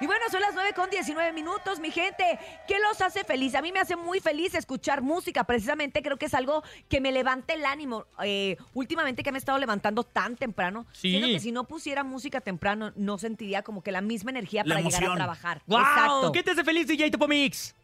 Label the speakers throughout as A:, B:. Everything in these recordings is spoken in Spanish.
A: Y bueno, son las 9 con 19 minutos, mi gente. ¿Qué los hace feliz? A mí me hace muy feliz escuchar música, precisamente. Creo que es algo que me levanta el ánimo. Eh, últimamente que me he estado levantando tan temprano.
B: Sí.
A: Siento que si no pusiera música temprano, no sentiría como que la misma energía
C: La
A: para llegar a
C: emoción.
A: trabajar.
B: ¡Wow!
A: Exacto.
B: ¿Qué te hace feliz, DJ Topomix?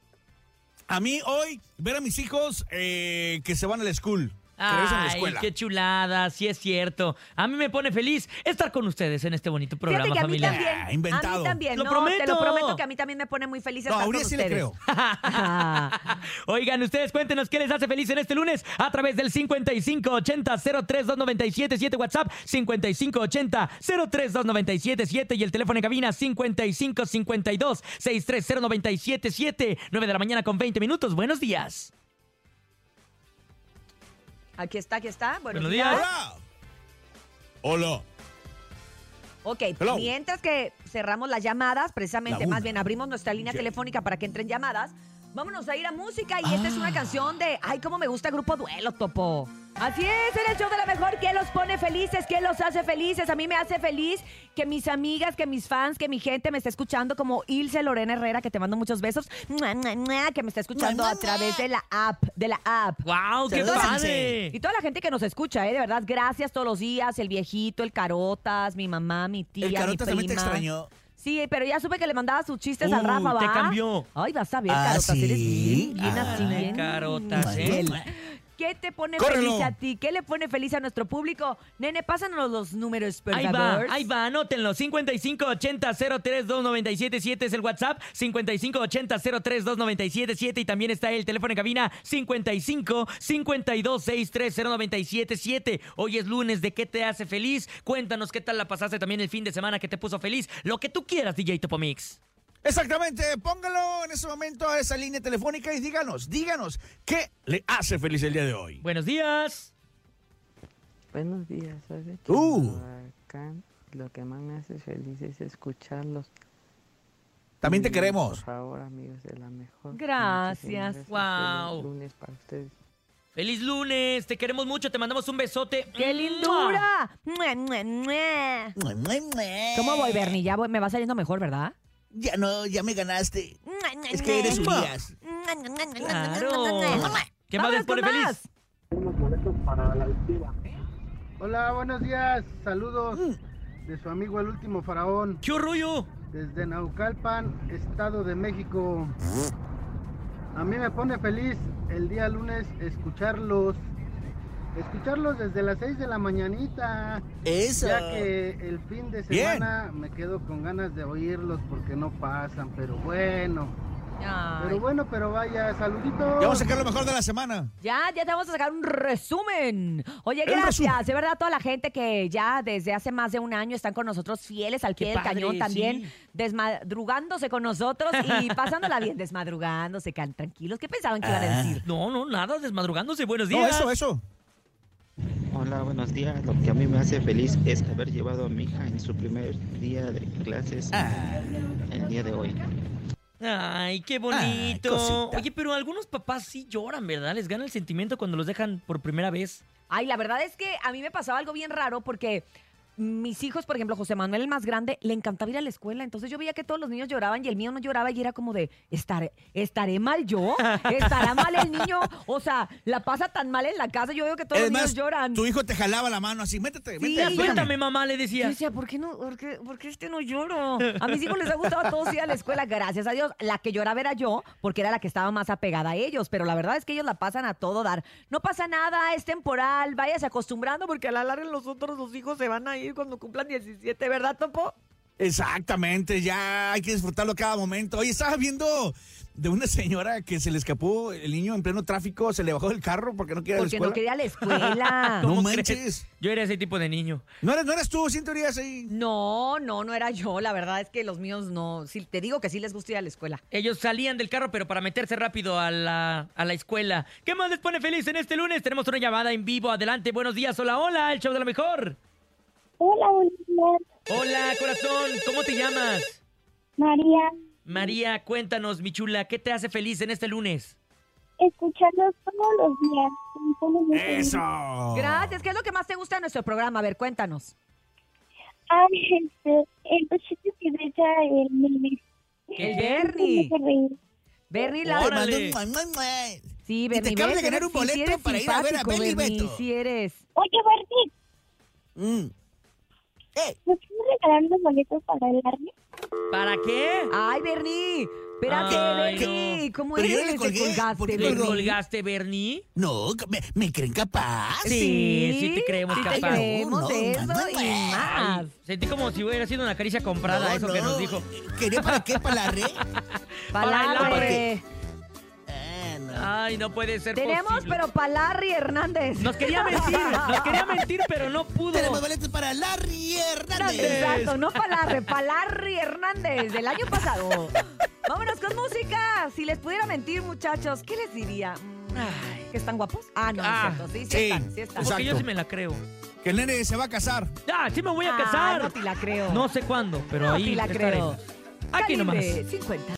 C: A mí hoy, ver a mis hijos eh, que se van a la school. Que regresan a la
B: Ay,
C: escuela.
B: qué chulada, sí es cierto. A mí me pone feliz estar con ustedes en este bonito programa
A: Fíjate que a mí
B: familiar.
A: también.
C: Ah, inventado.
A: A mí también.
B: Lo
A: no, Te
B: prometo.
A: lo prometo que a mí también me pone muy feliz
C: No,
A: estar
C: a
A: con
C: Urias sí le
A: ustedes.
C: creo.
B: Oigan, ustedes cuéntenos qué les hace feliz en este lunes a través del 5580-032977, WhatsApp 5580-032977 y el teléfono en cabina 5552-630977, 9 de la mañana con 20 minutos. Buenos días.
A: Aquí está, aquí está. Buenos,
B: Buenos
A: días.
B: días.
C: Hola. Hola.
A: Ok,
C: Hello.
A: mientras que cerramos las llamadas, precisamente,
C: La una.
A: más bien abrimos nuestra línea
C: Sí.
A: telefónica para que entren llamadas, vámonos a ir a música y esta
C: Ah.
A: es una canción de, ay, cómo me gusta Grupo Duelo, Topo. Así es, en el show de la mejor, ¿qué los pone felices? ¿Qué los hace felices? A mí me hace feliz que mis amigas, que mis fans, que mi gente me esté escuchando, como Ilse Lorena Herrera, que te mando muchos besos, mua, mua, mua, que me está escuchando
C: Mua,
A: a
C: mua,
A: través de la app, de la app.
B: ¡Wow! ¡Qué
C: Saludos,
B: padre!
A: Y toda la gente que nos escucha, ¿eh? De verdad, gracias todos los días. El viejito, el Carotas, mi mamá, mi tía,
C: El
A: mi
C: Carotas
A: prima.
C: también te extrañó.
A: Sí, pero ya supe que le mandaba sus chistes al
B: Uy,
A: Rafa, ¿va?
B: te cambió. Ah,
A: Ay, vas a ver,
C: ¿Ah,
A: Carotas,
C: sí?
A: eres bien, bien
C: Ay,
A: así, bien.
B: Carotas, ¿eh?
A: fiel. ¿Qué te pone
C: Córrelo.
A: feliz a ti? ¿Qué le pone feliz a nuestro público? Nene, pásanos los números, por
B: Ahí va,
A: favor.
B: ahí va, anótenlo. 5580-032977 es el WhatsApp. 5580-032977 y también está el teléfono en cabina 55-52630977. Hoy es lunes, ¿de qué te hace feliz? Cuéntanos qué tal la pasaste también el fin de semana, que te puso feliz. Lo que tú quieras, DJ Topomix.
C: Exactamente, póngalo en ese momento a esa línea telefónica y díganos, díganos, ¿qué le hace feliz el día de hoy?
B: Buenos días.
D: Buenos días, ¿sabes?
C: Uh.
D: Acá lo que más me hace feliz es escucharlos.
C: También te
D: Y,
C: queremos.
D: Por favor, amigos de la mejor.
A: Gracias.
D: Muchísimas
B: Guau.
D: Feliz lunes para ustedes.
B: Feliz lunes, te queremos mucho, te mandamos un besote.
A: ¡Qué lindura! ¡Mua, mua, mua! ¿Cómo voy, Bernie? Ya voy- me va saliendo mejor, ¿verdad?
C: Ya no, ya me ganaste.
A: ¡Mua, mua,
C: Es que eres
A: mua!
C: Urias.
B: Claro. ¿Qué
A: Vámonos
B: más les pone
A: con
B: feliz?
A: más.
E: Hola, buenos días. Saludos
C: Mm.
E: de su amigo el último faraón
B: ¡Qué orgullo!
E: desde Naucalpan, Estado de México. A mí me pone feliz el día lunes escucharlos. Escucharlos desde las 6 de la mañanita.
C: Eso.
E: Ya que el fin de
C: Bien.
E: semana me quedo con ganas de oírlos porque no pasan, pero bueno. Pero
A: Ay.
E: bueno, pero vaya, saluditos.
C: Ya vamos a sacar lo mejor de la semana.
A: Ya, ya te vamos a sacar un resumen. Oye,
C: El
A: gracias.
C: resumen.
A: De verdad, a toda la gente que ya desde hace más de un año están con nosotros fieles al pie
B: Qué
A: del
B: padre,
A: cañón también,
B: sí.
A: desmadrugándose con nosotros y pasándola bien, desmadrugándose, can, tranquilos. ¿Qué pensaban que iban a
C: Ah.
A: decir?
B: No, no, nada, desmadrugándose. Buenos días.
C: No, eso, eso.
F: Hola, buenos días. Lo que a mí me hace feliz es haber llevado a mi hija en su primer día de clases el día de hoy.
B: Ay, qué bonito.
C: cosita.
B: Oye, pero algunos papás sí lloran, ¿verdad? Les gana el sentimiento cuando los dejan por primera vez.
A: Ay, la verdad es que a mí me pasaba algo bien raro porque mis hijos, por ejemplo, José Manuel, el más grande, le encantaba ir a la escuela. Entonces yo veía que todos los niños lloraban y el mío no lloraba y era como de, ¿estaré, estaré mal yo? ¿Estará mal el niño? O sea, la pasa tan mal en la casa. Yo veo que todos los
C: Además,
A: niños lloran.
C: tu hijo te jalaba la mano así, métete,
A: Sí,
B: Ya,
C: métete.
B: suéltame, mamá, le
A: Yo
B: decía.
A: decía, ¿por qué no? ¿Por qué, por qué este no lloro? A mis hijos les ha gustado a todos ir a la escuela, gracias a Dios. La que lloraba era yo, porque era la que estaba más apegada a ellos, pero la verdad es que ellos la pasan a todo dar. No pasa nada, es temporal, váyase acostumbrando, porque a la larga los otros los hijos se van a ir cuando cumplan 17, ¿verdad, Topo?
C: Exactamente, ya hay que disfrutarlo cada momento. Oye, estaba viendo de una señora que se le escapó el niño en pleno tráfico, se le bajó del carro porque no quería ir a la
A: Porque no
C: escuela.
A: quería la escuela.
C: No
B: ¿Cómo
C: manches.
B: crees? Yo era ese tipo de niño.
C: No eres, no eres tú, sin teorías ahí.
A: No, no, no era yo. La verdad es que los míos no. Sí, te digo que sí les gusta ir a la escuela.
B: Ellos salían del carro, pero para meterse rápido a la, a la escuela. ¿Qué más les pone feliz en este lunes? Tenemos una llamada en vivo. Adelante, buenos días. Hola, hola, el show de la mejor.
G: Hola, buenos días,
B: Hola, corazón, ¿cómo te llamas?
G: María.
B: María, cuéntanos, mi chula, ¿qué te hace feliz en este lunes?
G: Escucharlos todos los días. me pone muy feliz.
C: Eso.
A: Gracias. ¿Qué es lo que más te gusta de nuestro programa? A ver, cuéntanos.
G: Ah, este, el pechito que bella el meme.
A: El
G: Me
A: Bernie.
G: hace reír.
A: Bernie la.
C: Te
B: Órale.
C: mando un mua, mua, mua.
A: Sí,
C: te
A: Bernie.
C: acabas de
A: ves,
C: ganar un
A: eres- sí, sí
C: boleto
A: eres
C: para ir a ver a
A: simpático,
C: Beli
A: Bernie,
C: Beto.
A: Sí eres.
G: Oye, Bernie,
C: Mm. Eh,
G: ¿nos puedes regalar unos boletos para el Army?
B: ¿Para qué?
A: Ay, Bernie. Espérate,
B: Ay,
A: Bernie. ¿Cómo
C: Pero yo
A: eres?
C: le
A: Te
C: colgué,
A: colgaste,
C: ¿por qué
B: ¿Le
A: Bernie.
C: colgó?
B: colgaste, Bernie?
C: No, me, me creen capaz.
B: Sí, sí te creemos
A: sí te
B: capaz.
A: creemos
C: No,
A: de eso
C: no,
A: y
C: no.
A: más.
B: Sentí como si hubiera sido una caricia comprada,
C: No,
B: eso que
C: no.
B: nos dijo.
C: ¿Quería para qué? ¿Para la red?
B: Eh,
A: Palarre.
C: Ah, no.
B: Ay, no puede ser
A: Tenemos,
B: posible.
A: pero Palarri Hernández.
B: Nos quería mentir, nos quería mentir, pero no pudo.
C: Tenemos boletos para Larry Hernández.
A: Exacto, no Palarre, Palarri Hernández del año pasado. Vámonos con música. Si les pudiera mentir, muchachos, ¿qué les diría? Mm, ¿Que están guapos? Ah, no, no
B: Ah,
A: es cierto. Sí, sí,
C: sí,
A: están, sí están.
C: exacto.
B: Porque yo sí me la creo.
C: Que el nene se va a casar.
B: Ah, sí me voy a
A: Ah,
B: casar.
A: no te la creo.
B: No sé cuándo, pero
A: No
B: ahí
A: te la creo.
B: estaremos. Aquí nomás.
A: Calibre 50.